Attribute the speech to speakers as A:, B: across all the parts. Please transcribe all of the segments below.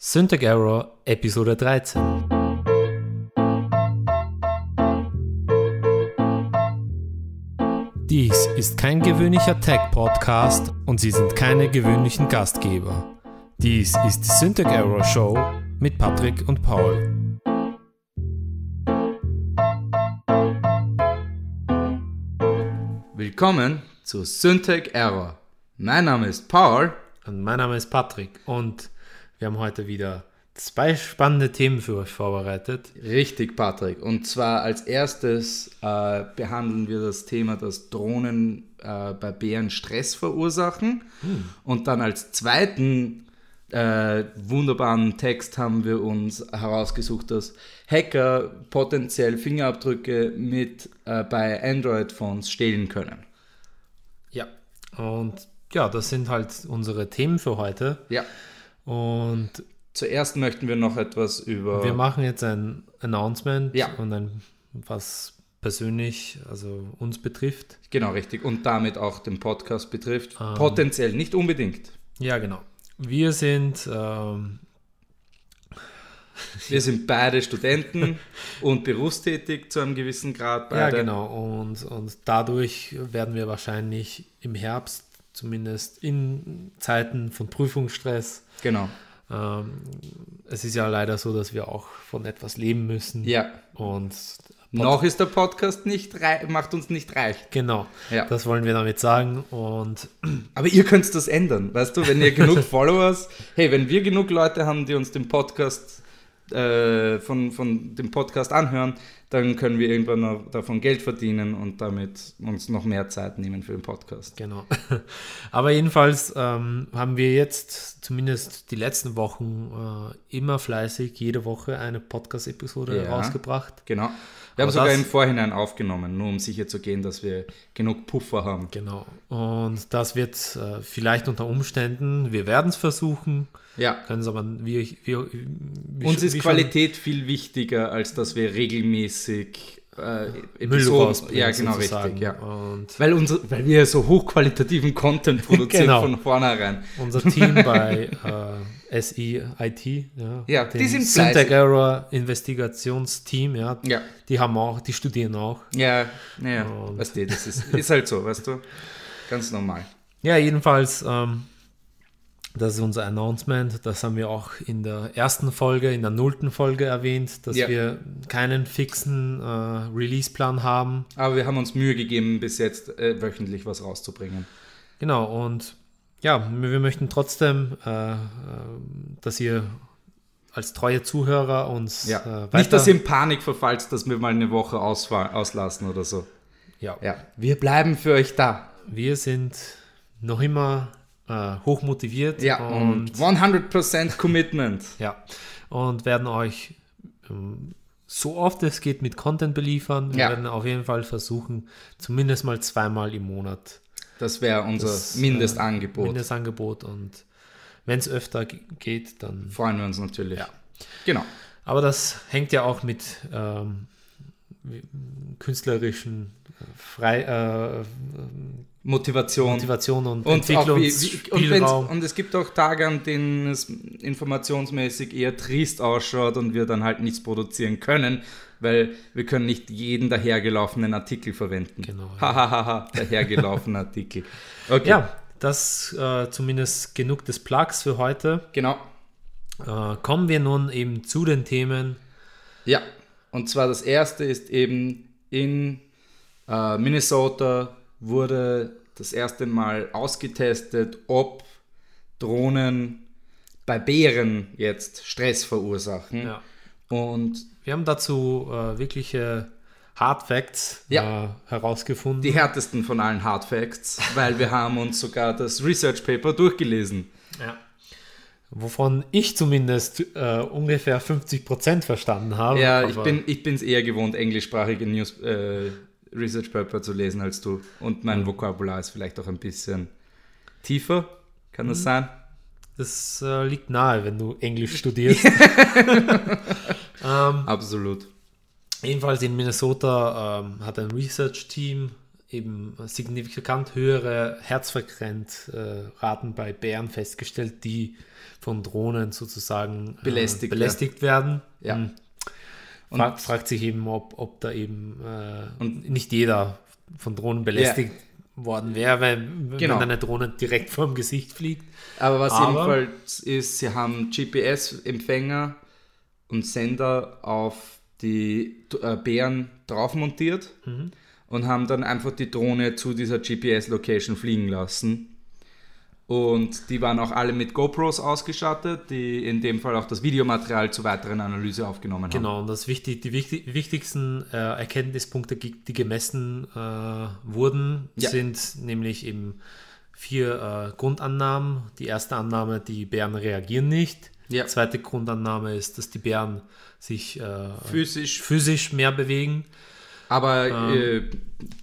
A: Syntax Error Episode 13. Dies ist kein gewöhnlicher Tech-Podcast und Sie sind keine gewöhnlichen Gastgeber. Dies ist die Syntax Error Show mit Patrick und Paul.
B: Willkommen zu Syntech Error. Mein Name ist Paul.
A: Und mein Name ist Patrick und wir haben heute wieder zwei spannende Themen für euch vorbereitet.
B: Richtig, Patrick. Und zwar als erstes äh, behandeln wir das Thema, dass Drohnen äh, bei Bären Stress verursachen. Und dann als zweiten äh, wunderbaren Text haben wir uns herausgesucht, dass Hacker potenziell Fingerabdrücke mit äh, bei Android-Phones stehlen können.
A: Ja. Und ja, das sind halt unsere Themen für heute.
B: Ja.
A: Und
B: Zuerst möchten wir noch etwas über.
A: Wir machen jetzt ein Announcement
B: Ja.
A: und ein, was persönlich, also uns betrifft.
B: Genau, richtig. Und damit auch den Podcast betrifft. Potenziell nicht unbedingt.
A: Ja, genau. Wir sind, ähm,
B: Wir sind beide Studenten und berufstätig zu einem gewissen Grad.
A: ja
B: Beide.
A: genau, und, und dadurch werden wir wahrscheinlich im Herbst, zumindest in Zeiten von Prüfungsstress,
B: Genau.
A: ähm, es ist ja leider so, dass wir auch von etwas leben müssen.
B: Ja.
A: Und
B: Noch ist der Podcast nicht rei- macht uns nicht reich.
A: genau,
B: Ja.
A: das wollen wir damit sagen. Und
B: Aber ihr könnt das ändern, weißt du, wenn ihr genug Followers, hey, wenn wir genug Leute haben, die uns den Podcast äh, von, von dem Podcast anhören, dann können wir irgendwann noch davon Geld verdienen und damit uns noch mehr Zeit nehmen für den Podcast.
A: Genau. Aber jedenfalls ähm, haben wir jetzt zumindest die letzten Wochen äh, immer fleißig jede Woche eine Podcast-Episode
B: Ja.
A: rausgebracht.
B: Genau.
A: Aber
B: Wir haben sogar
A: das-
B: im Vorhinein aufgenommen, nur um sicher zu gehen, dass wir genug Puffer haben.
A: Genau. Und das wird äh, vielleicht unter Umständen, wir werden es versuchen,
B: Ja.
A: können es aber, wie ich, wie, wie
B: Uns
A: schon-
B: ist
A: wie
B: Qualität viel wichtiger, als dass wir regelmäßig äh,
A: schon Müll
B: Episoden-
A: rausbringen.
B: Ja, genau,
A: sozusagen.
B: richtig. Ja.
A: Und
B: Weil, unsere, weil wir so hochqualitativen Content produzieren
A: Genau.
B: von vornherein.
A: unser Team bei äh, SEIT, ja,
B: Ja,
A: dem
B: die sind
A: Syntax
B: fleißig.
A: Error Investigationsteam, ja,
B: Ja.
A: die haben auch, die studieren auch.
B: Ja, naja,
A: Und-
B: weißt du, das ist, ist halt so, weißt du? Ganz normal.
A: Ja, jedenfalls, ähm, das ist unser Announcement. Das haben wir auch in der ersten Folge, in der nullten Folge erwähnt, dass
B: Ja.
A: wir keinen fixen äh, Release-Plan haben.
B: Aber wir haben uns Mühe gegeben, bis jetzt äh, wöchentlich was rauszubringen.
A: Genau, und ja, wir wir möchten trotzdem, äh, äh, dass ihr als treue Zuhörer uns
B: Ja.
A: äh, weiter...
B: Nicht, dass ihr in Panik verfallt, dass wir mal eine Woche ausfa- auslassen oder so.
A: ja,
B: Ja, wir bleiben für euch da.
A: Wir sind noch immer äh, hochmotiviert
B: Ja,
A: und
B: und 100% Commitment.
A: Ja, und werden euch ähm, so oft es geht mit Content beliefern. Wir
B: Ja.
A: werden auf jeden Fall versuchen, zumindest mal zweimal im Monat
B: Das wäre unser
A: Das, äh,
B: Mindestangebot.
A: Mindestangebot und wenn es öfter g- geht, dann.
B: Freuen wir uns natürlich. Genau.
A: Aber das hängt ja auch mit ähm, wie- künstlerischen Frei, äh,
B: Motivation.
A: Motivation und,
B: Und, auch wie, wie, und, wenn's-
A: Entwicklungsspielraum.
B: und es gibt auch Tage, an denen es informationsmäßig eher trist ausschaut und wir dann halt nichts produzieren können, weil wir können nicht jeden dahergelaufenen Artikel verwenden.
A: Genau, ja.
B: Hahaha, dahergelaufener Artikel. Okay.
A: Ja, das äh, zumindest genug des Plugs für heute.
B: Genau.
A: Äh, kommen wir nun eben zu den Themen.
B: Ja. Und zwar das erste ist eben in äh, Minnesota wurde das erste Mal ausgetestet, ob Drohnen bei Bären jetzt Stress verursachen.
A: Ja.
B: Und
A: Wir haben dazu äh, wirkliche Hard Facts äh,
B: Ja.
A: herausgefunden.
B: die härtesten von allen Hard Facts, weil wir haben uns sogar das Research Paper durchgelesen.
A: ja. Wovon ich zumindest äh, ungefähr 50% verstanden habe.
B: Ja, ich
A: aber-
B: bin ich bin's eher gewohnt, englischsprachige News äh, Research Paper zu lesen als du. Und mein Vokabular ist vielleicht auch ein bisschen tiefer. Kann
A: Mhm.
B: das sein?
A: Das äh, liegt nahe, wenn du Englisch studierst.
B: Absolut.
A: Jedenfalls in Minnesota ähm, hat ein Research-Team eben signifikant höhere Herzfrequenzraten bei Bären festgestellt, die von Drohnen sozusagen äh,
B: Belästigt
A: belästigt werden.
B: Ja.
A: Mhm.
B: Und-
A: Frag, fragt sich eben, ob, ob da eben äh,
B: Und-
A: nicht jeder von Drohnen belästigt worden wäre, wenn, wenn
B: Genau.
A: eine Drohne direkt vorm Gesicht fliegt.
B: Aber was
A: Aber-
B: jedenfalls ist, sie haben GPS-Empfänger und Sender auf die äh, Bären drauf montiert
A: Mhm.
B: und haben dann einfach die Drohne zu dieser GPS-Location fliegen lassen. Und die waren auch alle mit GoPros ausgestattet, die in dem Fall auch das Videomaterial zur weiteren Analyse aufgenommen haben.
A: Genau, und das wichtig, die wichtig, wichtigsten äh, Erkenntnispunkte, die die gemessen äh, wurden,
B: Ja.
A: sind nämlich eben vier äh, Grundannahmen. Die erste Annahme, die Bären reagieren nicht.
B: Ja.
A: Zweite Grundannahme ist, dass die Bären sich äh,
B: Physisch,
A: physisch mehr bewegen,
B: aber
A: Ähm.
B: äh,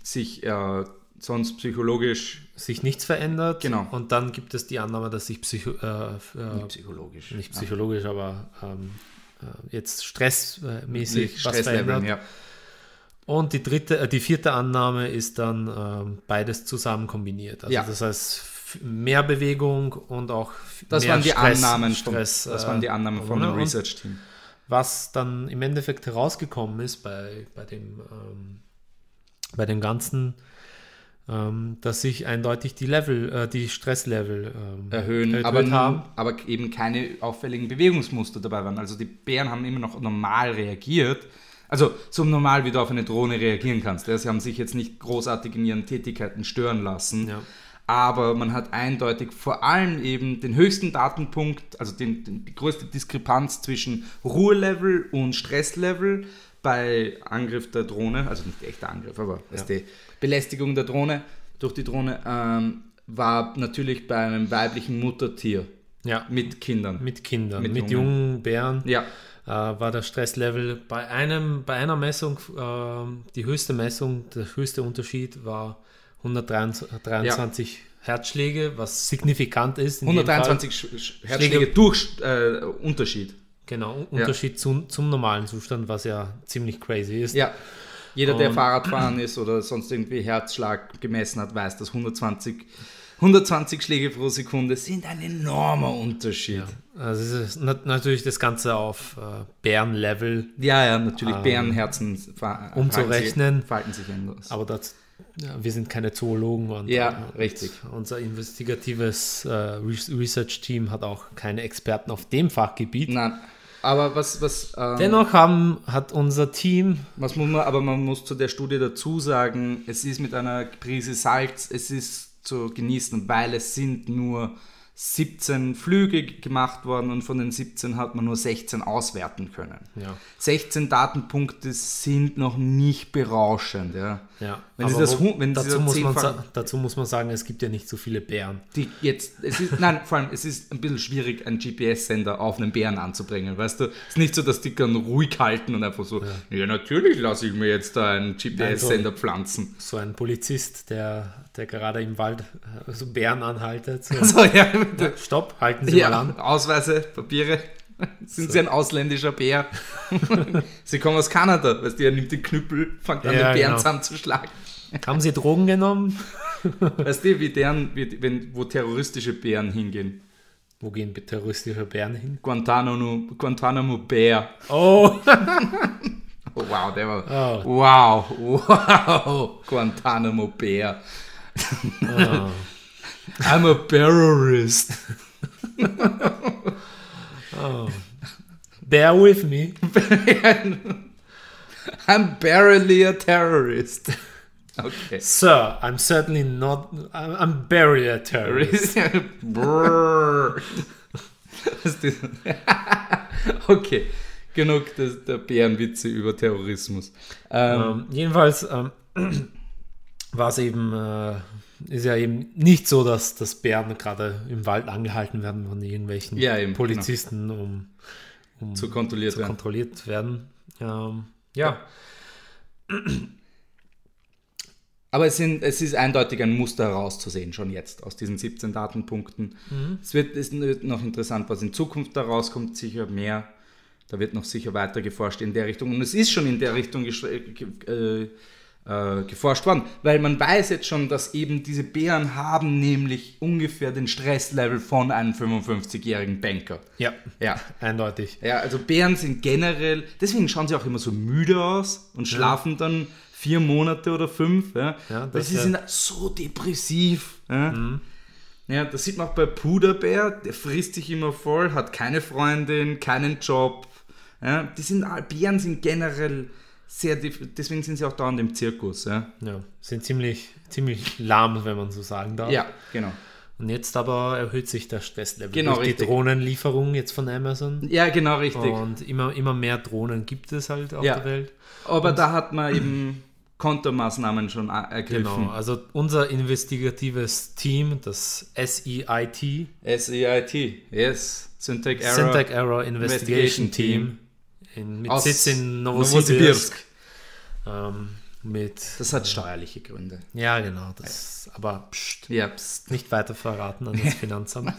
B: sich äh, sonst psychologisch,
A: sich nichts verändert.
B: Genau.
A: Und dann gibt es die Annahme, dass sich Psycho äh, f- äh,
B: psychologisch,
A: nicht psychologisch, aber ähm, äh, jetzt stressmäßig was
B: Stresslevel,
A: verändert.
B: ja.
A: Und die dritte, äh, die vierte Annahme ist dann ähm, beides zusammen kombiniert. Also
B: Ja.
A: das heißt f- mehr Bewegung und auch f-
B: Das
A: mehr
B: waren die
A: Stress,
B: Annahmen vom,
A: Stress,
B: das
A: äh,
B: waren die Annahmen von dem
A: Hormone. Und
B: Research Team.
A: Was dann im Endeffekt herausgekommen ist bei, bei dem ähm, bei dem ganzen, ähm, dass sich eindeutig die Level, äh, die Stresslevel ähm,
B: Erhöhen,
A: erhöht
B: aber, nun-
A: haben.
B: aber eben keine auffälligen Bewegungsmuster dabei waren. Also die Bären haben immer noch normal reagiert. Also so normal, wie du auf eine Drohne reagieren kannst. Ja, Sie haben sich jetzt nicht großartig in ihren Tätigkeiten stören lassen.
A: Ja.
B: Aber man hat eindeutig vor allem eben den höchsten Datenpunkt, also den, den, die größte Diskrepanz zwischen Ruhelevel und Stresslevel bei Angriff der Drohne, also nicht echter Angriff, aber weißt du, Belästigung der Drohne durch die Drohne, ähm, war natürlich bei einem weiblichen Muttertier
A: Ja,
B: mit Kindern.
A: mit Kindern,
B: mit
A: mit,
B: jungen.
A: jungen Bären.
B: ja,
A: äh, war das Stresslevel bei einem, bei einer Messung, ähm, die höchste Messung, der höchste Unterschied war 123 Herzschläge, was signifikant ist. in dem
B: 123 Sch- Sch- Herzschläge
A: Schläge-
B: durch äh, Unterschied.
A: Fall. Genau, Un- Unterschied zum, zum normalen Zustand, was ja ziemlich crazy ist.
B: Ja. Jeder, der
A: Und-
B: Fahrradfahren ist oder sonst irgendwie Herzschlag gemessen hat, weiß, dass 120, 120 Schläge pro Sekunde sind ein enormer Unterschied.
A: Also es ist nat natürlich das Ganze auf äh, Bärenlevel,
B: Ja, ja, natürlich. Bärenherzen fa-
A: umzurechnen.
B: falten sich, falten sich anders.
A: aber das, ja, wir sind keine Zoologen und
B: Ja,
A: und
B: richtig.
A: unser investigatives äh, Res- Research-Team hat auch keine Experten auf dem Fachgebiet.
B: Nein. Aber was, was, ähm,
A: Dennoch haben, hat unser Team
B: was muss man, aber man muss zu der Studie dazu sagen, es ist mit einer Prise Salz, es ist zu genießen, weil es sind nur 17 Flüge gemacht worden und von den 17 hat man nur 16 auswerten können.
A: Ja.
B: 16 Datenpunkte sind noch nicht berauschend. Ja.
A: Ja,
B: Wenn sie
A: aber
B: das,
A: wo-
B: Huhn- wenn sie
A: dazu,
B: das
A: muss man
B: zehnfach-
A: sa- dazu muss man sagen, es gibt ja nicht so viele Bären.
B: die jetzt, es ist, nein, vor allem, es ist ein bisschen schwierig, einen GPS-Sender auf einen Bären anzubringen, weißt du? Es ist nicht so, dass die dann ruhig halten und einfach so, ja, natürlich lasse ich mir jetzt da einen GPS-Sender pflanzen.
A: So ein Polizist, der, der gerade im Wald äh, so Bären anhaltet. So,
B: So, ja, bitte.
A: Stopp, halten Sie mal
B: Also- ja
A: an.
B: Ausweise, Papiere. Sind Sie ein ausländischer Bär? Sie kommen aus Kanada, weißt du, er nimmt den Knüppel, fängt an,
A: Ja,
B: den Bären
A: genau.
B: zusammenzuschlagen.
A: Haben Sie Drogen genommen?
B: Weißt du, wie deren, wie, wenn, wo terroristische Bären hingehen?
A: Wo gehen terroristische Bären hin?
B: Guantanamo, Guantanamo Bär.
A: Oh,
B: Oh, wow, der
A: Oh.
B: war. Wow, wow, Guantanamo Bär.
A: Ah.
B: I'm a terrorist.
A: bear with me.
B: I'm barely a terrorist. Okay.
A: Sir, I'm certainly not. I'm, I'm barely a terrorist.
B: Brrr. Was ist das? okay, genug des, der Bärenwitze über Terrorismus. Ähm,
A: Ähm, jedenfalls ähm, war es eben, äh, ist ja eben nicht so, dass, dass Bären gerade im Wald angehalten werden von irgendwelchen
B: Ja, eben, genau.
A: Polizisten, um
B: zu kontrolliert werden.
A: kontrolliert werden. Ähm, ja,
B: Aber es, sind, es ist eindeutig ein Muster herauszusehen, schon jetzt aus diesen 17 Datenpunkten. Es wird es wird noch interessant, was in Zukunft da rauskommt, sicher mehr. Da wird noch sicher weiter geforscht in der Richtung. Und es ist schon in der Richtung gesch- äh, ge- äh, äh, geforscht worden. Weil man weiß jetzt schon, dass eben diese Bären haben nämlich ungefähr den Stresslevel von einem 55-jährigen Banker.
A: Ja,
B: Ja.
A: eindeutig.
B: Ja, also Bären sind generell, deswegen schauen sie auch immer so müde aus und schlafen dann vier Monate oder fünf. Ja,
A: Ja,
B: weil
A: das
B: sie
A: ja- Mhm.
B: sind so depressiv. Ja. ja, das sieht man auch bei Puderbär, der frisst sich immer voll, hat keine Freundin, keinen Job. Ja, die sind, all- Bären sind generell sehr, def- deswegen sind sie auch dauernd im Zirkus. Ja,
A: Ja, sind ziemlich, ziemlich lahm, wenn man so sagen darf.
B: ja genau.
A: Und jetzt aber erhöht sich das Stresslevel
B: Genau,
A: durch die
B: richtig.
A: Drohnenlieferung jetzt von Amazon.
B: Ja, genau, richtig.
A: Und immer, immer mehr Drohnen gibt es halt auf
B: Ja.
A: der Welt.
B: Aber da hat man eben Kontomaßnahmen schon a-
A: Genau,
B: ergriffen.
A: also unser investigatives Team, das E SEIT,
B: SEIT, E yes. Syntax Error.
A: Syntax Error Investigation
B: Investigation Team.
A: Team, in, mit
B: Aus
A: Sitz in Novosibirsk,
B: Novosibirsk.
A: ähm, mit,
B: Das hat steuerliche Gründe.
A: ja genau, das, aber pst,
B: Ja, pst.
A: nicht weiter verraten an das Finanzamt.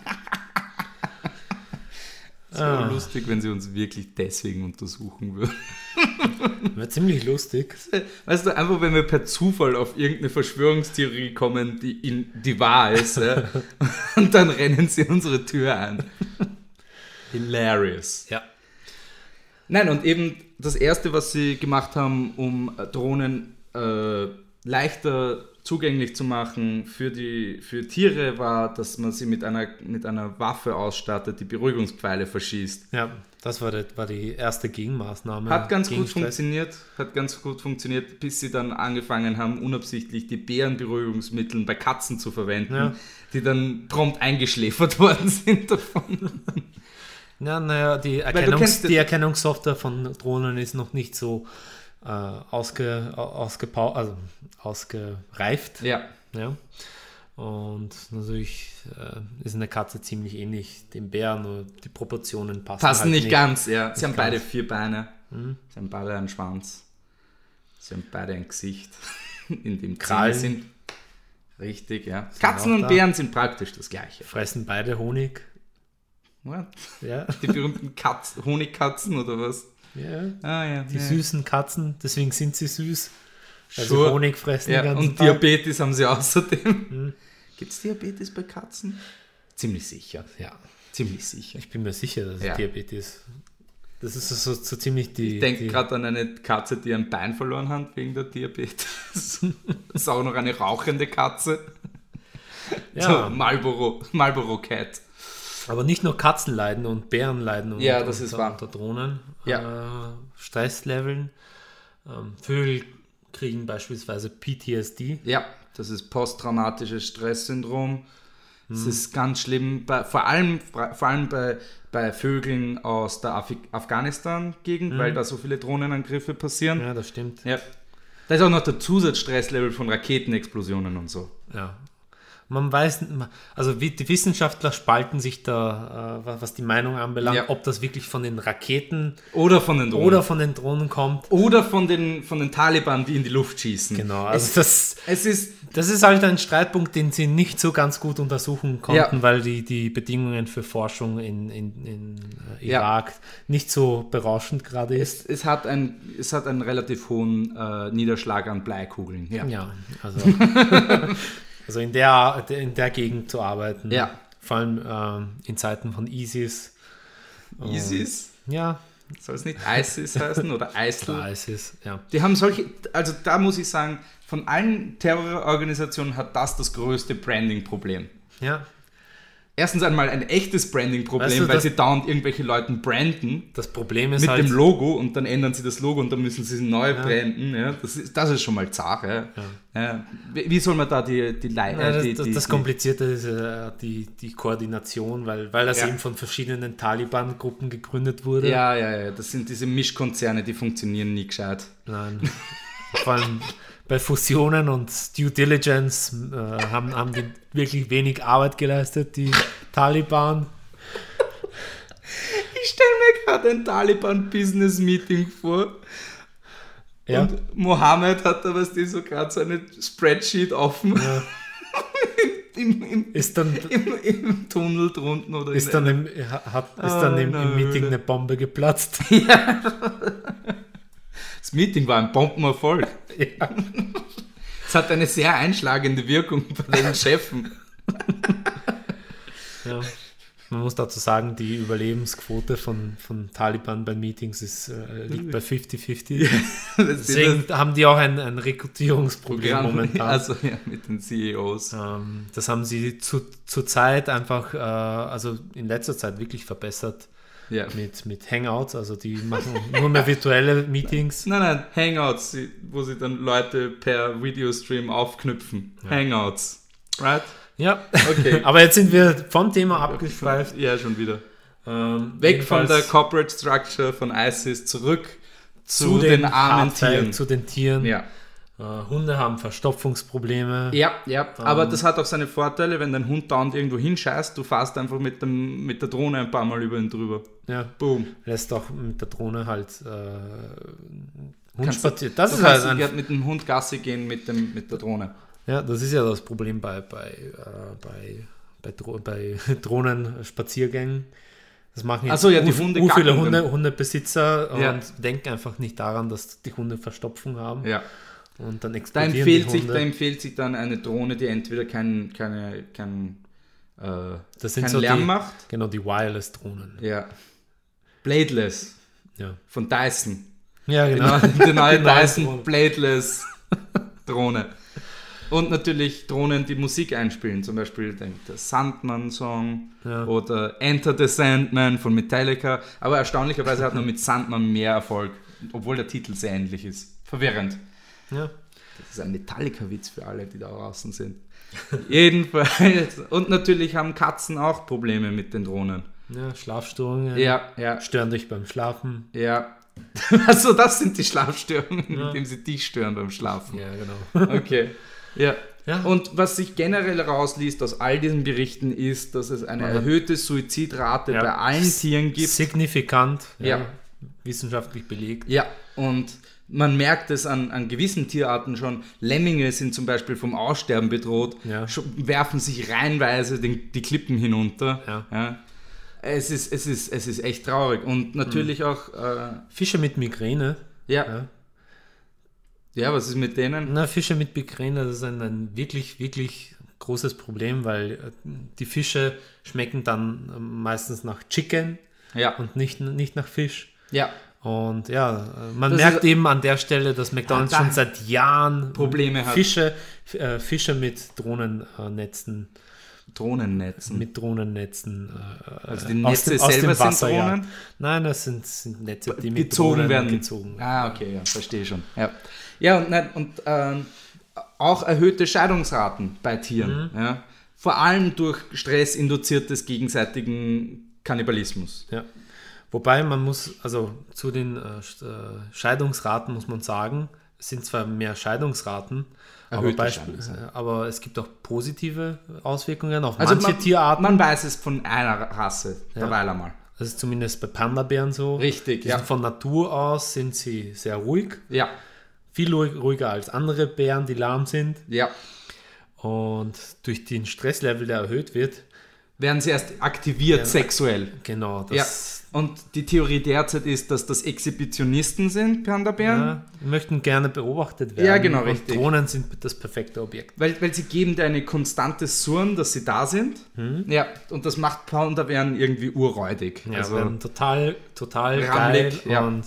A: Ah,
B: Das wäre lustig, wenn sie uns wirklich deswegen untersuchen würden.
A: Wäre ziemlich lustig.
B: Weißt du, einfach wenn wir per Zufall auf irgendeine Verschwörungstheorie kommen, die, in, die wahr ist, ja, und dann rennen sie unsere Tür ein. Hilarious.
A: Ja,
B: Nein, und eben das Erste, was sie gemacht haben, um Drohnen äh, leichter zugänglich zu machen für, die, für Tiere, war, dass man sie mit einer, mit einer Waffe ausstattet, die Beruhigungspfeile verschießt.
A: ja das war die, war die erste Gegenmaßnahme.
B: Hat ganz
A: gegen
B: gut
A: Stress.
B: funktioniert, hat ganz gut funktioniert, bis sie dann angefangen haben, unabsichtlich die Bärenberuhigungsmittel bei Katzen zu verwenden,
A: Ja.
B: die dann prompt eingeschläfert worden sind davon.
A: Ja, naja, die,
B: du
A: Erkennungs
B: kennst-
A: die Erkennungssoftware von Drohnen ist noch nicht so äh, ausge, au- ausgepau also ausgereift.
B: ja,
A: Ja. Und natürlich äh, ist eine Katze ziemlich ähnlich dem Bär, nur die Proportionen passen.
B: passen
A: halt
B: nicht ganz, ja. Sie haben
A: ganz.
B: beide vier Beine, sie haben beide einen Schwanz, sie haben beide ein Gesicht, in dem Krallen
A: Krallen.
B: sind. Richtig, ja. Katzen
A: auch
B: und
A: da.
B: Bären sind praktisch das Gleiche.
A: Fressen beide Honig.
B: What?
A: Ja.
B: Die berühmten Katz Honigkatzen oder was?
A: ja.
B: Ah ja.
A: Die
B: ja.
A: süßen Katzen, deswegen sind sie süß. Weil
B: Sure.
A: sie Honig fressen
B: Ja,
A: den ganzen
B: und
A: Tag.
B: Diabetes haben sie außerdem. Gibt es Diabetes bei Katzen? Ziemlich sicher.
A: Ja,
B: Ziemlich sicher.
A: ich bin mir sicher, dass es
B: Ja.
A: Diabetes Das ist so, so, so ziemlich die.
B: Ich denke
A: die-
B: gerade an eine Katze, die ein Bein verloren hat wegen der Diabetes. das ist auch noch eine rauchende Katze. So,
A: Ja.
B: Marlboro, Marlboro Cat.
A: Aber nicht nur Katzen leiden und Bären leiden und,
B: Ja, das
A: und,
B: ist wahr.
A: unter Drohnen.
B: Ja.
A: Äh, Stressleveln. Ähm, Vögel kriegen beispielsweise PTSD.
B: Ja, das ist posttraumatisches Stresssyndrom. Es
A: Hm.
B: ist ganz schlimm, bei, vor allem, vor allem bei, bei Vögeln aus der Afri- Afghanistan-Gegend, weil da so viele Drohnenangriffe passieren.
A: Hm. Ja, das stimmt.
B: Ja. Da ist auch noch der Zusatzstresslevel von Raketenexplosionen und so.
A: Ja. Man weiß, n- ma- also wie- die Wissenschaftler spalten sich da, äh, wa- was die Meinung anbelangt,
B: Ja. Mhm.
A: ob das wirklich von den Raketen
B: Oder von den Drohnen.
A: oder von den Drohnen kommt.
B: Oder von, den, von den Taliban, die in die Luft schießen.
A: Genau, also das,
B: Es ist,
A: das ist halt ein Streitpunkt, den sie nicht so ganz gut untersuchen konnten,
B: Ja.
A: weil die, die Bedingungen für Forschung in, in, in äh,
B: Ja.
A: Irak nicht so berauschend gerade ist.
B: es, es, hat ein, es hat einen relativ hohen äh, Niederschlag an Bleikugeln. Ja.
A: Ja, also, also in, der, in der Gegend zu arbeiten.
B: Ja.
A: Vor allem ähm, in Zeiten von ISIS.
B: ISIS,
A: Ja,
B: soll es nicht ISIS heißen oder ISIL?
A: klar, ISIS, ja.
B: Die haben solche, also da muss ich sagen, von allen Terrororganisationen hat das das größte Branding-Problem.
A: Ja,
B: Erstens einmal ein echtes Branding-Problem,
A: Weißt du,
B: weil
A: das-
B: sie dauernd irgendwelche Leuten branden.
A: das Problem ist
B: mit
A: halt,
B: dem Logo und dann ändern sie das Logo und dann müssen sie es neu branden. Ja, das, ist, das ist schon mal zart. Ja. Ja. Wie, wie soll man da die, die, Lei-
A: Ja,
B: äh,
A: das,
B: die,
A: das,
B: die,
A: das Komplizierte ist äh, die, die Koordination, weil, weil das
B: Ja.
A: eben von verschiedenen Taliban-Gruppen gegründet wurde.
B: die, Ja, ja, ja. Das sind diese Mischkonzerne, die funktionieren nie gescheit.
A: Nein. Vor allem bei Fusionen und Due Diligence äh, haben, haben die wirklich wenig Arbeit geleistet, die Taliban.
B: Ich stelle mir gerade ein Taliban-Business-Meeting vor.
A: Ja.
B: Und Mohammed hat da, was die so gerade so eine Spreadsheet offen.
A: Ja.
B: Im, im,
A: ist dann
B: im, Im Tunnel drunten oder
A: Ist
B: in
A: dann im, hat, ist dann
B: Ah,
A: im,
B: na,
A: im Meeting
B: Höhle.
A: eine Bombe geplatzt.
B: Das Meeting war ein Bombenerfolg. Ja. Es hat eine sehr einschlagende Wirkung bei den Chefen.
A: Ja. Man muss dazu sagen, die Überlebensquote von, von Taliban bei Meetings ist, äh, liegt bei 50-50. Deswegen haben die auch ein, ein Rekrutierungsproblem
B: Programm.
A: momentan.
B: Also ja, mit den CEOs.
A: Ähm, das haben sie zu, zur Zeit einfach, äh, also in letzter Zeit wirklich verbessert
B: Ja.
A: mit, mit Hangouts. Also die machen nur mehr virtuelle Meetings.
B: Nein, nein, Hangouts, sie- wo sie dann Leute per Videostream aufknüpfen. Hangouts. Right?
A: Ja,
B: Okay.
A: aber jetzt sind wir vom Thema abgeschweift.
B: Ja, schon wieder.
A: Ähm,
B: Weg von der
A: jedenfalls
B: Corporate Structure von ISIS zurück
A: zu
B: zu, den, armen
A: Hardteilen,
B: Tieren.
A: Zu den Tieren.
B: ja.
A: Äh, Hunde haben Verstopfungsprobleme.
B: Ja, ja, aber das hat auch seine Vorteile, wenn dein Hund dauernd irgendwo hinscheißt, du fährst einfach mit, dem, mit der Drohne ein paar Mal über ihn drüber.
A: Ja.
B: Boom.
A: lässt auch mit der Drohne halt äh, Hund
B: Kannst du-
A: spazieren. Das
B: du
A: ist
B: kannst
A: halt ein,
B: sogar mit dem Hund Gassi gehen mit, dem, mit der Drohne.
A: ja, das ist ja das Problem bei, bei, äh, bei, bei, Dro bei Drohnenspaziergängen. Das machen
B: Ach so, ja, die
A: ur-
B: Hunde
A: ur viele
B: kacken dann.
A: Hunde, Hundebesitzer
B: Ja.
A: und denken einfach nicht daran, dass die Hunde Verstopfung haben
B: Ja.
A: und dann
B: Da
A: explodieren
B: empfiehlt,
A: die
B: sich, da
A: Hunde.
B: empfiehlt sich dann eine Drohne, die entweder keinen keine, kein, äh,
A: das sind
B: kein
A: so
B: Lärm
A: die,
B: macht.
A: Genau, die Wireless-Drohnen.
B: Ja. Bladeless
A: Ja.
B: von Dyson.
A: ja,
B: Die
A: genau.
B: neue, die neue
A: neue
B: Dyson
A: Drohne.
B: Bladeless Drohne. Und natürlich Drohnen, die Musik einspielen, zum Beispiel den- der Sandman-Song
A: Ja.
B: oder Enter the Sandman von Metallica. Aber erstaunlicherweise hat man mit Sandman mehr Erfolg, obwohl der Titel sehr ähnlich ist. Verwirrend.
A: Ja.
B: Das ist ein Metallica-Witz für alle, die da draußen sind. Jedenfalls. Und natürlich haben Katzen auch Probleme mit den Drohnen.
A: Ja, Schlafstörungen
B: Ja, ja,
A: stören dich beim Schlafen.
B: ja. Also das sind die Schlafstörungen, indem sie dich stören beim Schlafen.
A: Ja, genau.
B: Okay. Ja.
A: Ja.
B: Und was sich generell rausliest aus all diesen Berichten ist, dass es eine erhöhte Suizidrate
A: Ja.
B: bei allen Tieren gibt.
A: Signifikant,
B: Ja.
A: wissenschaftlich belegt.
B: Ja, und man merkt es an, an gewissen Tierarten schon. Lemminge sind zum Beispiel vom Aussterben bedroht,
A: Ja.
B: sch- werfen sich reihenweise den, die Klippen hinunter.
A: Ja.
B: Es, ist, es, ist, es ist echt traurig. Und natürlich auch, äh,
A: Fische mit Migräne.
B: ja.
A: Mhm. Ja.
B: ja, was ist mit denen?
A: Na, Fische mit Migräne, das ist ein, ein wirklich, wirklich großes Problem, weil äh, die Fische schmecken dann äh, meistens nach Chicken
B: Ja,
A: und nicht, nicht nach Fisch.
B: ja.
A: Und ja, äh, man
B: Das
A: merkt
B: ist-
A: eben an der Stelle, dass McDonald's
B: Ah, da-
A: schon seit Jahren
B: Probleme hat.
A: Fische, F- äh, Fische mit Drohnennetzen,
B: Drohnennetzen.
A: mit Drohnennetzen äh,
B: Also die
A: äh,
B: Netze selber
A: jagt.
B: sind Drohnen?
A: Nein, das sind, sind Netze, die mit
B: gezogen
A: Drohnen
B: werden.
A: gezogen werden.
B: Ah, okay, ja, verstehe schon. Ja, ja und, nein, und ähm, auch erhöhte Scheidungsraten bei Tieren. Ja? Vor allem durch Stress induziertes gegenseitigen Kannibalismus.
A: Ja. Wobei man muss, also zu den äh, Sch- äh, Scheidungsraten muss man sagen, es sind zwar mehr Scheidungsraten, aber,
B: Erhöhte
A: beisp-
B: Scheidungsraten.
A: äh, aber es gibt auch positive Auswirkungen auf
B: Also
A: manche
B: man,
A: Tierarten.
B: Man weiß es von einer Rasse derweil einmal.
A: Das ist zumindest bei Panda-Bären so.
B: Richtig,
A: Die
B: ja.
A: sind von Natur aus sind sie sehr ruhig,
B: Ja,
A: viel ruhig- ruhiger als andere Bären, die lahm sind.
B: ja.
A: Und durch den Stresslevel, der erhöht wird,
B: Werden sie erst aktiviert sexuell.
A: genau,
B: Ja.
A: das
B: Und die Theorie derzeit ist, dass das Exhibitionisten sind, Panda-Bären.
A: ja, äh, möchten gerne beobachtet werden.
B: genau,
A: Und
B: richtig.
A: Drohnen sind das perfekte Objekt.
B: Weil, weil sie geben dir eine konstante Surren, dass sie da sind. Ja, und das macht Pounderbären irgendwie urräudig.
A: Hm? Ja,
B: also, ja,
A: werden total, total
B: Rammelig,
A: geil.
B: ja.
A: Und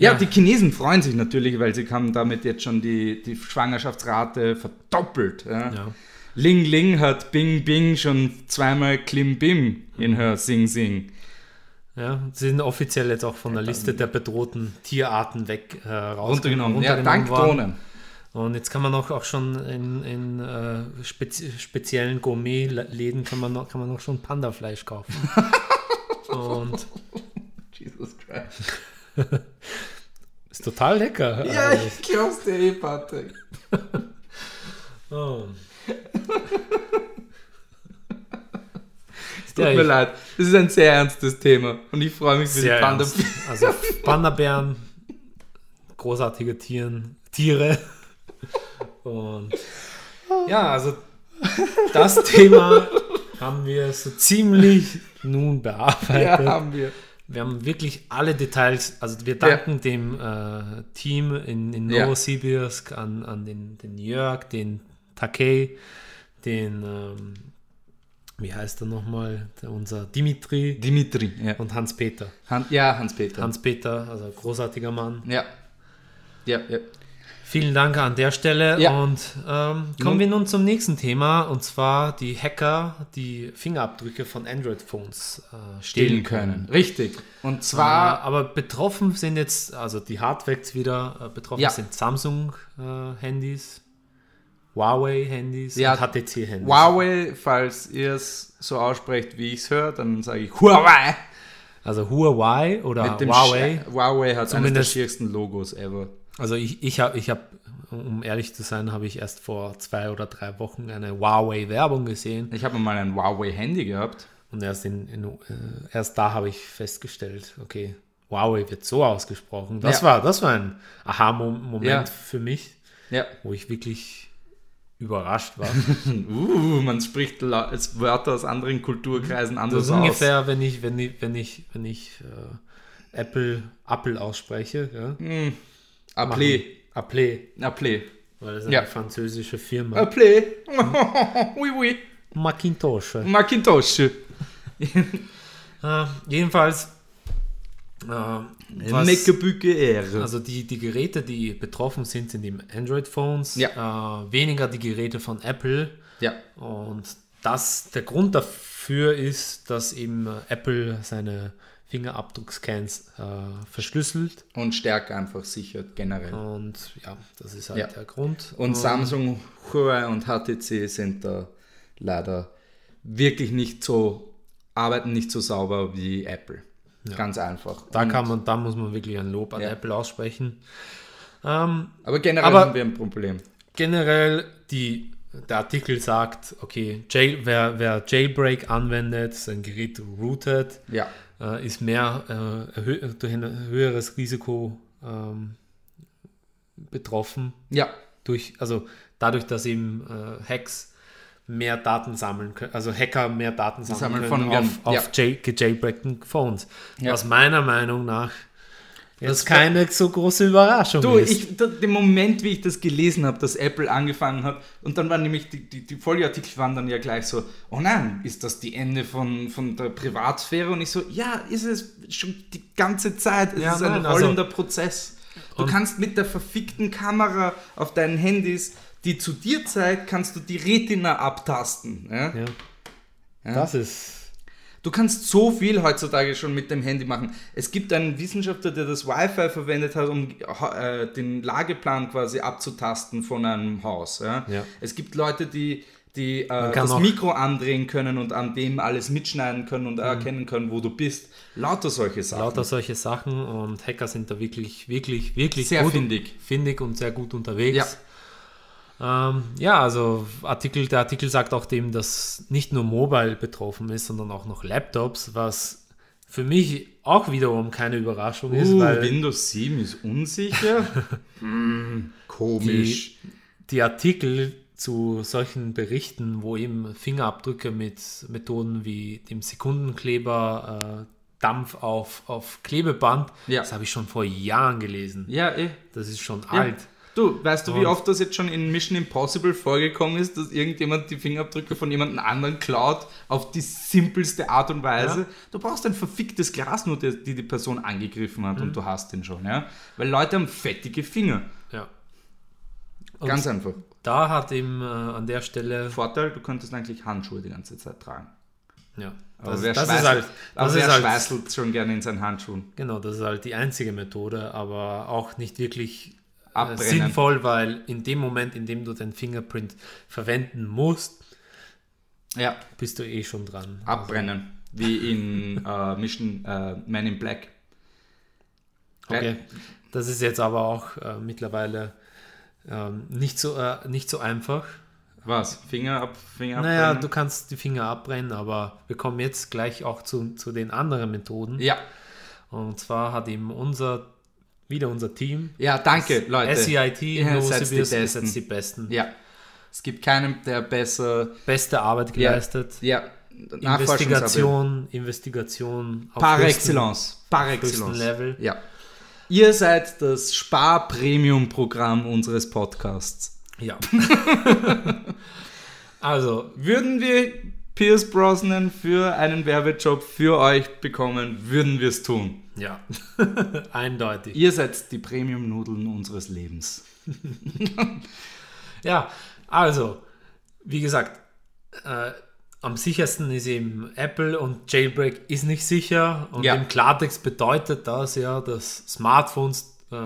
B: die Chinesen freuen sich natürlich, weil sie haben damit jetzt schon die, die Schwangerschaftsrate verdoppelt. Ja.
A: Ja.
B: Ling Ling hat Bing Bing schon zweimal Klim Bim
A: Hm.
B: in her Sing Sing.
A: ja, sie sind offiziell jetzt auch von der Liste der bedrohten Tierarten weg äh, raus-
B: Runtergenommen. Ja,
A: runtergenommen
B: dank
A: worden.
B: Drohnen.
A: Und jetzt kann man auch, auch schon in, in äh, spezi speziellen Gourmet-Läden kann man, noch- kann man auch schon Pandafleisch kaufen. Und
B: Jesus Christ.
A: ist total lecker.
B: Ja,
A: Also,
B: ich glaub's dir eh, Patrick.
A: oh.
B: Es tut
A: Ja,
B: mir
A: ich-
B: leid. Das ist ein sehr ernstes Thema. Und ich freue mich für
A: Sehr
B: die Panda.
A: ernst. Also Panda-Bären, großartige Tieren, Tiere. Und ja, also das Thema haben wir so ziemlich nun bearbeitet.
B: Ja, haben wir.
A: Wir haben wirklich alle Details. Also wir danken dem äh, Team in, in
B: Ja.
A: Novosibirsk, an, an den, den Jörg, den Takei, den, ähm, wie heißt er nochmal, Der- unser Dimitri
B: Dimitri, ja.
A: und Hans-Peter.
B: Han ja, Hans-Peter.
A: Hans-Peter, also großartiger Mann.
B: ja. Ja, ja.
A: Vielen Dank an der Stelle.
B: Ja.
A: Und ähm, kommen wir nun zum nächsten Thema, und zwar die Hacker, die Fingerabdrücke von Android-Phones äh,
B: Stehlen
A: stehlen können.
B: können. Richtig. Und
A: Ah,
B: zwar,
A: aber betroffen sind jetzt, also die Hardfacts wieder, äh, betroffen
B: Ja.
A: sind äh, Samsung-Handys, Huawei-Handys
B: Ja.
A: und HTC-Handys.
B: Huawei, falls ihr es so aussprecht, wie ich es höre, dann sage ich Huawei.
A: Also Huawei oder
B: Mit dem
A: Huawei.
B: Sch- Huawei hat eines der
A: Zumindest-
B: schiersten Logos ever.
A: Also ich, ich habe, ich hab, um ehrlich zu sein, habe ich erst vor zwei oder drei Wochen eine Huawei-Werbung gesehen.
B: Ich habe mal ein Huawei-Handy gehabt.
A: Und erst, in, in, äh, erst da habe ich festgestellt, okay, Huawei wird so ausgesprochen. Das,
B: Ja.
A: war, das war ein Aha-Moment
B: Ja.
A: für mich,
B: Ja.
A: wo ich wirklich überrascht war.
B: Uh, man spricht la- als Wörter aus anderen Kulturkreisen
A: Das
B: anders
A: ist
B: aus.
A: ungefähr, wenn ich, wenn ich, wenn ich, wenn ich äh, Apple, Apple ausspreche, ja.
B: Appelé.
A: Mhm. Apple, Äh.
B: Appelé.
A: weil das ist
B: Ja.
A: eine französische Firma.
B: Appelé. oui, oui.
A: Macintosh.
B: Macintosh.
A: Äh, jedenfalls, äh, was,
B: Neckebücke Ehre.
A: also die, die Geräte, die betroffen sind, sind die Android-Phones, äh, weniger die Geräte von Apple.
B: ja.
A: Und das, der Grund dafür ist, dass eben äh, Apple seine Fingerabdruckscans äh, verschlüsselt.
B: Und stärker einfach sichert generell.
A: Und ja, das ist halt
B: Ja.
A: der Grund.
B: Und Samsung, Huawei und HTC sind da leider wirklich nicht so, arbeiten nicht so sauber wie Apple. Ganz einfach.
A: Da
B: Und-
A: kann man, da muss man wirklich ein Lob an Apple aussprechen. Ähm,
B: aber generell
A: aber-
B: haben wir ein Problem.
A: generell, die, der Artikel sagt, okay, Jail, wer, wer Jailbreak anwendet, sein Gerät routet,
B: Ja.
A: äh, ist mehr äh, erhö durch ein höheres Risiko ähm, betroffen.
B: Ja.
A: Durch, also dadurch, dass eben äh, Hacks mehr Daten sammeln können, also Hacker mehr Daten sammeln,
B: Sammeln
A: können
B: von
A: auf,
B: Gun-
A: auf jail, gejailbreakten Phones.
B: Ja.
A: Was meiner Meinung nach
B: Das
A: jetzt keine so große Überraschung
B: Du,
A: ist.
B: ich, da, den Moment, wie ich das gelesen habe, dass Apple angefangen hat, und dann waren nämlich die, die, die Folgeartikel waren dann ja gleich so, oh nein, ist das die Ende von, von der Privatsphäre? Und ich so, ja, ist es schon die ganze Zeit. Es
A: Ja,
B: ist ein
A: nein, also-
B: rollender Prozess. Du kannst mit der verfickten Kamera auf deinen Handys, die zu dir zeigt, kannst du die Retina abtasten. Ja?
A: ja. Das ist.
B: Du kannst so viel heutzutage schon mit dem Handy machen. Es gibt einen Wissenschaftler, der das Wi-Fi verwendet hat, um äh, den Lageplan quasi abzutasten von einem Haus. Ja?
A: Ja.
B: Es gibt Leute, die, die äh,
A: kann
B: das
A: auch-
B: Mikro andrehen können und an dem alles mitschneiden können und erkennen können, wo du bist. Lauter solche Sachen.
A: Mhm. Lauter solche Sachen und Hacker sind da wirklich, wirklich, wirklich
B: Sehr
A: gut
B: findig.
A: findig und sehr gut unterwegs. Ja. Ähm, ja, also Artikel, der Artikel sagt auch dem, dass nicht nur Mobile betroffen ist, sondern auch noch Laptops, was für mich auch wiederum keine Überraschung ist,
B: Uh,
A: weil
B: Windows 7 ist unsicher. Hm, komisch.
A: die Artikel zu solchen Berichten, wo eben Fingerabdrücke mit Methoden wie dem Sekundenkleber, äh, Dampf auf, auf Klebeband,
B: Ja.
A: das habe ich schon vor Jahren gelesen.
B: ja, eh.
A: Das ist schon
B: Ja.
A: alt.
B: Du, weißt du, wie oft das jetzt schon in Mission Impossible vorgekommen ist, dass irgendjemand die Fingerabdrücke von jemand anderen klaut, auf die simpelste Art und Weise?
A: Ja.
B: Du brauchst ein verficktes Glas nur, der, die die Person angegriffen hat
A: Mhm.
B: und du hast den schon, ja? Weil Leute haben fettige Finger.
A: Ja. Und
B: Ganz einfach.
A: Da hat eben äh, an der Stelle.
B: Vorteil, du könntest eigentlich Handschuhe die ganze Zeit tragen.
A: Ja,
B: Aber
A: das,
B: wer,
A: das
B: schweißelt,
A: ist halt.
B: aber
A: Das
B: wer
A: ist halt
B: schweißelt schon gerne in seinen Handschuhen?
A: genau, das ist halt die einzige Methode, aber auch nicht wirklich äh,
B: Abbrennen.
A: sinnvoll, weil in dem Moment, in dem du den Fingerprint verwenden musst,
B: Ja,
A: bist du eh schon dran.
B: Ah, abbrennen. Wie in äh, Mission äh, Man in Black.
A: Okay. Das ist jetzt aber auch äh, mittlerweile ähm, nicht, so, äh, nicht so einfach.
B: Was? Finger ab, Finger
A: Naja,
B: abbrennen?
A: du kannst die Finger abbrennen, aber wir kommen jetzt gleich auch zu, zu den anderen Methoden.
B: ja.
A: Und zwar hat eben unser, wieder unser Team,
B: Ja, danke, Leute.
A: SEIT,
B: Ihr seid die
A: Novosibirsk, ihr
B: Besten.
A: seid die Besten.
B: Ja, Es gibt keinen, der besser.
A: Beste Arbeit geleistet.
B: Ja,
A: Investigation, Investigation. auf
B: Par
A: höchstem-
B: excellence. Par
A: höchsten
B: excellence.
A: Level.
B: Ja. Ihr seid das Spar-Premium-Programm unseres Podcasts.
A: Ja. also,
B: Würden wir Pierce Brosnan für einen Werbejob für euch bekommen, würden wir es tun.
A: ja, eindeutig.
B: Ihr seid die Premium-Nudeln unseres Lebens.
A: Ja, also, wie gesagt, äh, am sichersten ist eben Apple und Jailbreak ist nicht sicher. Und
B: Ja.
A: im Klartext bedeutet das ja, dass Smartphones äh,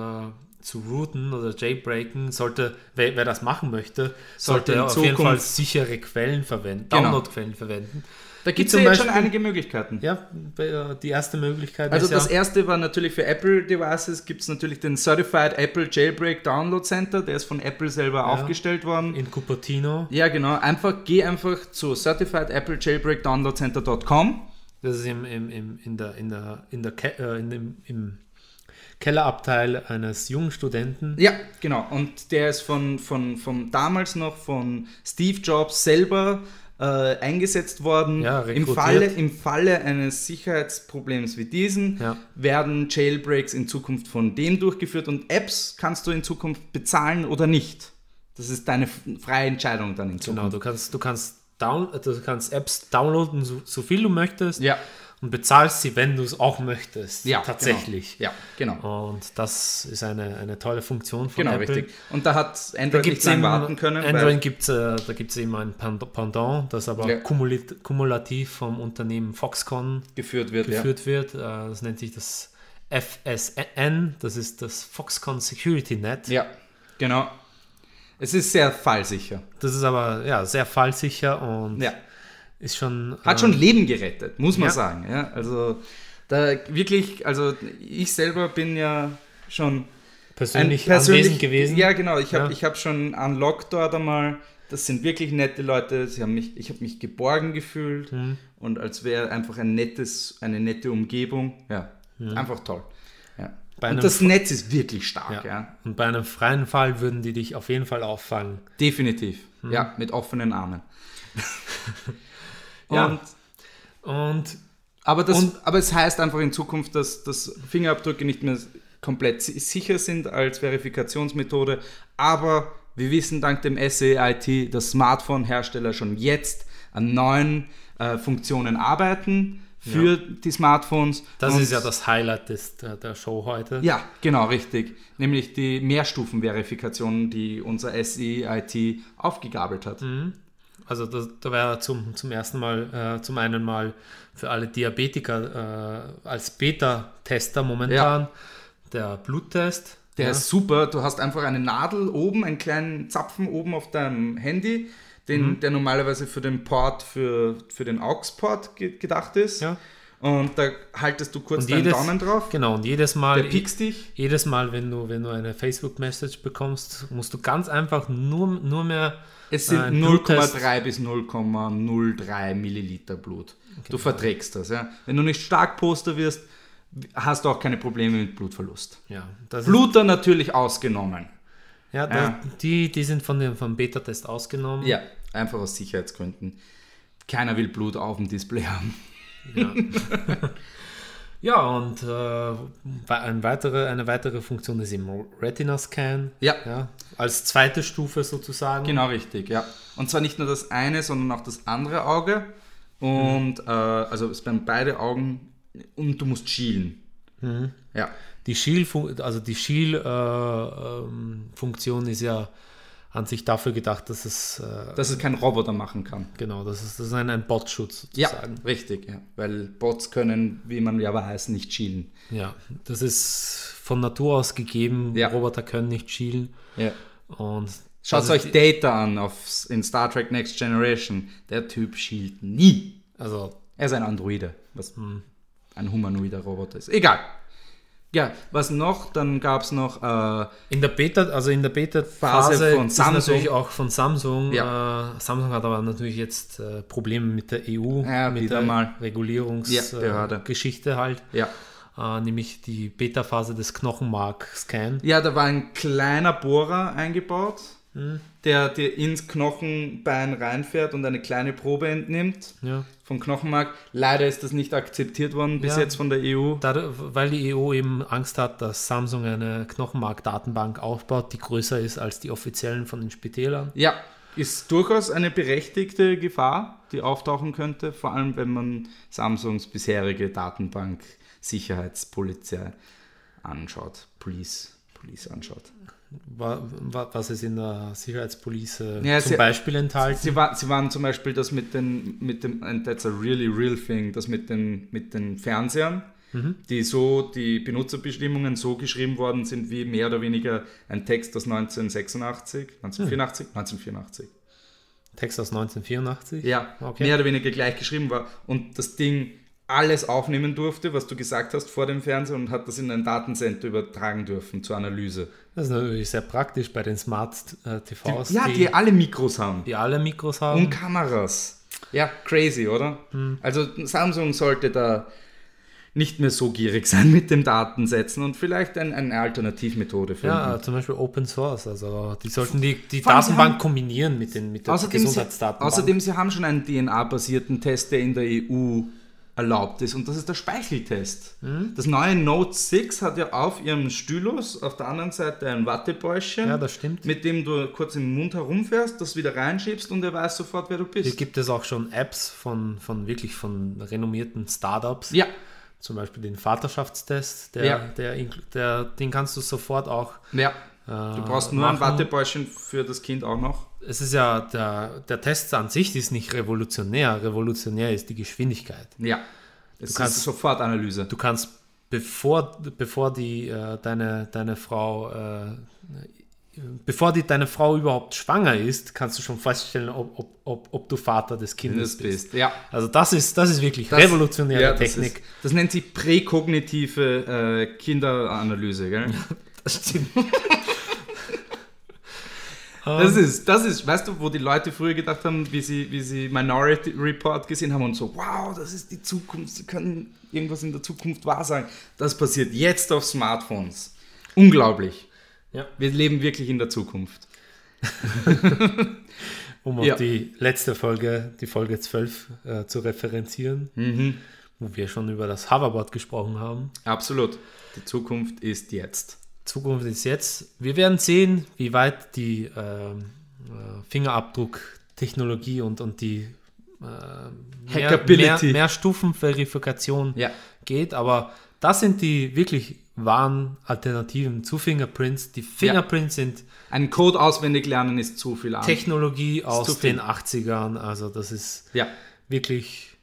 A: zu routen oder jailbreaken sollte, wer, wer das machen möchte,
B: Sollte
A: sollte,
B: in
A: auf jeden
B: Zukunft-
A: Fall sichere Quellen verwenden,
B: Genau.
A: Downloadquellen verwenden.
B: Da gibt es ja
A: zum
B: jetzt schon
A: Beispiel-
B: einige Möglichkeiten.
A: Ja, äh, die erste Möglichkeit
B: Also
A: ist
B: das
A: ja,
B: erste war natürlich für Apple Devices gibt es natürlich den Certified Apple Jailbreak Download Center, der ist von Apple selber aufgestellt worden.
A: in Cupertino,
B: Ja, genau. Einfach geh einfach zu certifiedapple-jailbreak-downloadcenter.com.
A: das ist im, im, im, in der, in der, in der Ke äh, in dem, im Kellerabteil eines jungen Studenten.
B: Ja, genau. Und der ist von, von, von damals noch von Steve Jobs selber äh, eingesetzt worden.
A: Ja,
B: Im
A: rekrutiert.
B: Falle, Im Falle eines Sicherheitsproblems wie diesen
A: Ja.
B: werden Jailbreaks in Zukunft von dem durchgeführt und Apps kannst du in Zukunft bezahlen oder nicht. Das ist deine f- freie Entscheidung dann in
A: Genau,
B: Zukunft.
A: du kannst, du kannst down, äh, du kannst Apps downloaden, so, so viel du möchtest.
B: Ja.
A: Und bezahlst sie, wenn du es auch möchtest.
B: Ja,
A: tatsächlich.
B: Genau. Ja, genau.
A: Und das ist eine, eine tolle Funktion von
B: Genau,
A: Apple.
B: richtig. Und da hat Android nicht
A: gibt's
B: lange
A: im
B: warten können. weil-
A: Android gibt's, äh, da gibt es eben ein Pend- Pendant, das aber
B: Ja.
A: kumulit- kumulativ vom Unternehmen Foxconn
B: geführt wird.
A: geführt wird. Äh, Das nennt sich das FSN, das ist das Foxconn Security Net.
B: ja. ja, genau. Es ist sehr fallsicher.
A: Das ist aber ja, sehr fallsicher und
B: Ja.
A: ist schon.
B: Hat
A: äh,
B: schon Leben gerettet, muss man
A: Ja.
B: sagen. Ja, also da wirklich, also ich selber bin ja schon
A: persönlich, anwesend gewesen.
B: Ja, genau. Ich
A: Ja.
B: habe ich hab schon unlocked dort einmal. Das sind wirklich nette Leute. Sie haben mich, ich habe mich geborgen gefühlt
A: Mhm.
B: und als wäre einfach ein nettes, eine nette Umgebung. Ja, einfach toll. Ja.
A: Mhm. Bei
B: und
A: einem
B: das Netz ist wirklich
A: Ja.
B: stark. ja.
A: Und bei einem freien Fall würden die dich auf jeden Fall auffangen.
B: Definitiv.
A: Mhm.
B: Ja, mit offenen Armen.
A: Ja.
B: Und,
A: Und
B: aber, das,
A: Und-
B: aber es heißt einfach in Zukunft, dass, dass Fingerabdrücke nicht mehr komplett si- sicher sind als Verifikationsmethode. Aber wir wissen dank dem SEIT, dass Smartphone-Hersteller schon jetzt an neuen äh, Funktionen arbeiten für die Smartphones.
A: das
B: Und-
A: ist ja das Highlight des, der, der Show heute.
B: Ja, genau, richtig. Nämlich die Mehrstufenverifikation, die unser SEIT aufgegabelt hat.
A: Also das, da wäre zum, zum ersten Mal, äh, zum einen mal für alle Diabetiker äh, als Beta-Tester momentan der Bluttest.
B: Der
A: ja.
B: ist super. Du hast einfach eine Nadel oben, einen kleinen Zapfen oben auf deinem Handy, den,
A: Mhm.
B: der normalerweise für den Port, für, für den AUX-Port ge gedacht ist.
A: Ja.
B: Und da haltest du kurz
A: und
B: deinen
A: jedes,
B: Daumen drauf.
A: Genau, und jedes
B: Der
A: Mal,
B: piekst dich.
A: jedes Mal wenn, du, wenn du eine Facebook-Message bekommst, musst du ganz einfach nur, nur mehr
B: Es sind
A: Ein
B: 0,3 bis 0,03 Milliliter Blut. Du verträgst das. Ja? Wenn du nicht stark Poster wirst, hast du auch keine Probleme mit Blutverlust.
A: ja, das ist-
B: Bluter natürlich ausgenommen.
A: Ja, da,
B: Ja.
A: Die, die sind von dem vom Beta-Test ausgenommen.
B: Ja, einfach aus Sicherheitsgründen. Keiner will Blut auf dem Display haben.
A: Ja, und äh, we- ein weitere, eine weitere Funktion ist eben Retina-Scan.
B: Ja.
A: ja. Als zweite Stufe sozusagen.
B: Genau richtig, ja. Und zwar nicht nur das eine, sondern auch das andere Auge. Und äh, also es werden beide Augen und du musst schielen. Ja.
A: Die Shield, also die Shield-Funktion ist ja an sich dafür gedacht, dass es äh,
B: Dass es kein Roboter machen kann.
A: genau, das ist, das ist ein, ein Bot-Schutz
B: Ja,
A: sozusagen.
B: richtig, ja. Weil Bots können, wie man ja weiß, nicht schielen.
A: Ja. Das ist von Natur aus gegeben.
B: Ja.
A: Roboter können nicht schielen.
B: Ja. Also
A: Und
B: Schaut
A: das ist
B: euch Data an auf, in Star Trek Next Generation. Der Typ schielt nie.
A: die- Also
B: Er ist ein Androide, was ein humanoider Roboter ist. Egal. Ja, was noch? Dann gab es noch äh,
A: In der Beta, also in der Beta-Phase
B: von
A: ist
B: Samsung.
A: natürlich auch von Samsung. Äh, Samsung hat aber natürlich jetzt äh, Probleme mit der EU,
B: Ja,
A: mit
B: wieder
A: der
B: mal. Ja, Behörde.
A: Regulierungsgeschichte halt.
B: ja.
A: Äh, nämlich die Beta-Phase des Knochenmark-Scan.
B: Ja, da war ein kleiner Bohrer eingebaut, der dir ins Knochenbein reinfährt und eine kleine Probe entnimmt
A: Ja.
B: vom Knochenmark. Leider ist das nicht akzeptiert worden bis
A: Ja.
B: jetzt von der E EU.
A: Dadurch, weil die EU eben Angst hat, dass Samsung eine Knochenmark-Datenbank aufbaut, die größer ist als die offiziellen von den Spitälern.
B: Ja, ist durchaus eine berechtigte Gefahr, die auftauchen könnte, vor allem wenn man Samsungs bisherige Datenbank Sicherheitspolizei anschaut, Police, Police anschaut.
A: Wa- wa- Was ist in der Sicherheitspolice
B: Ja,
A: zum
B: sie-
A: Beispiel enthalten?
B: Sie, war, sie waren zum Beispiel das mit den, mit dem, and that's a really real thing, das mit den, mit den Fernsehern, die so, die Benutzerbestimmungen so geschrieben worden sind, wie mehr oder weniger ein Text aus 1986, 1984, 1984.
A: Text aus 1984?
B: Ja,
A: Okay.
B: mehr oder weniger gleich geschrieben war. Und das Ding alles aufnehmen durfte, was du gesagt hast vor dem Fernseher und hat das in ein Datencenter übertragen dürfen zur Analyse.
A: Das ist natürlich sehr praktisch bei den Smart äh, TVs,
B: ja, die, alle Mikros haben.
A: die alle Mikros haben.
B: Und Um Kameras. Ja, crazy, oder?
A: Hm.
B: Also Samsung sollte da nicht mehr so gierig sein mit dem Datensetzen und vielleicht ein, eine Alternativmethode finden.
A: Ja, äh, zum Beispiel Open Source. Also die sollten die, die
B: Vor allem sie
A: Datenbank
B: haben-
A: kombinieren mit, den, mit der
B: Außerdem sie,
A: Gesundheitsdatenbank.
B: außerdem, sie haben schon einen DNA-basierten Test, der in der EU erlaubt ist, und das ist der Speicheltest.
A: Hm.
B: Das neue Note 6 hat ja auf ihrem Stylus auf der anderen Seite ein Wattebäuschen,
A: Ja, das stimmt.
B: mit dem du kurz im Mund herumfährst, das wieder reinschiebst und er weiß sofort, wer du
A: Hier
B: bist.
A: gibt es auch schon Apps von, von wirklich von renommierten Startups.
B: Ja,
A: Zum Beispiel den Vaterschaftstest, der,
B: Ja.
A: der, inkl- der, den kannst du sofort auch.
B: ja.
A: Äh,
B: Du brauchst nur ein
A: machen.
B: Wattebäuschen für das Kind auch noch.
A: Es ist ja, der, der Test an sich ist nicht revolutionär. Revolutionär ist die Geschwindigkeit.
B: Ja. Es
A: kannst-
B: ist sofort Analyse.
A: Du kannst, bevor, bevor die äh, deine, deine Frau, äh, bevor die deine Frau überhaupt schwanger ist, kannst du schon feststellen, ob, ob, ob, ob du Vater des Kindes bist.
B: Ja.
A: Also das ist, das ist wirklich
B: Das-
A: revolutionäre
B: ja, das
A: Technik.
B: Ist, das nennt sich präkognitive äh, Kinderanalyse, gell?
A: Das stimmt.
B: Das ist, das ist, weißt du, wo die Leute früher gedacht haben, wie sie, wie sie Minority Report gesehen haben und so, wow, das ist die Zukunft, sie können irgendwas in der Zukunft wahr sagen. Das passiert jetzt auf Smartphones. Unglaublich.
A: Ja.
B: Wir leben wirklich in der Zukunft.
A: Um auf
B: Ja.
A: die letzte Folge, die Folge 12, äh, zu referenzieren,
B: Mhm.
A: wo wir schon über das Hoverboard gesprochen haben.
B: Absolut. Die Zukunft ist jetzt.
A: Zukunft ist jetzt. Wir werden sehen, wie weit die ähm, äh, Fingerabdrucktechnologie und, und die äh, mehr, mehr,
B: Hackability.
A: mehr Stufenverifikation
B: Ja.
A: geht. Aber das sind die wirklich wahren Alternativen zu Fingerprints. Die Fingerprints sind
B: Einen Code auswendig lernen ist zu viel Arbeit.
A: Technologie
B: zu
A: aus
B: viel.
A: den 80ern. Also das ist
B: Ja.
A: wirklich,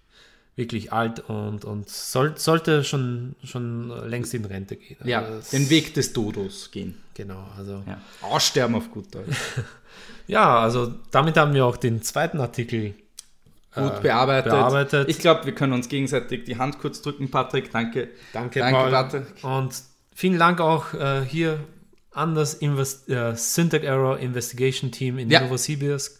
A: wirklich alt und, und soll, sollte schon, schon längst in Rente gehen.
B: Ja.
A: Also das-
B: Den Weg des Dodos gehen.
A: Genau, also.
B: Ja. Aussterben auf gut Deutsch.
A: Ja, also damit haben wir auch den zweiten Artikel.
B: gut bearbeitet.
A: Äh, bearbeitet.
B: Ich glaube, wir können uns gegenseitig die Hand kurz drücken, Patrick. Danke. Danke, Patrick.
A: Und vielen Dank auch äh, hier an das Invest äh, Syntax Error Investigation Team in
B: Ja.
A: Novosibirsk.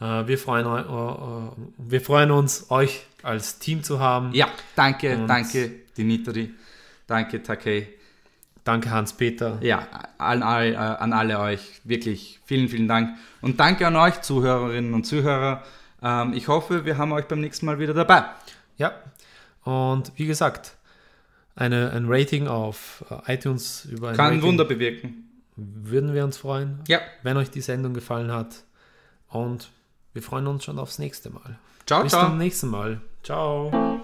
A: Äh, wir, freuen, eu- äh, äh, wir freuen uns, euch als Team zu haben.
B: Ja, danke,
A: Und-
B: danke, Dimitri. Danke, Takei.
A: Danke, Hans-Peter.
B: Ja, an, all, äh, an alle euch. Wirklich vielen, vielen Dank. Und danke an euch, Zuhörerinnen und Zuhörer. Ähm, ich hoffe, wir haben euch beim nächsten Mal wieder dabei.
A: Ja. Und wie gesagt, eine, ein Rating auf äh, iTunes über ein
B: Kann
A: Rating
B: Wunder bewirken.
A: würden wir uns freuen.
B: Ja.
A: wenn euch die Sendung gefallen hat. Und wir freuen uns schon aufs nächste Mal.
B: Ciao,
A: Bis
B: ciao.
A: zum nächsten Mal. Ciao.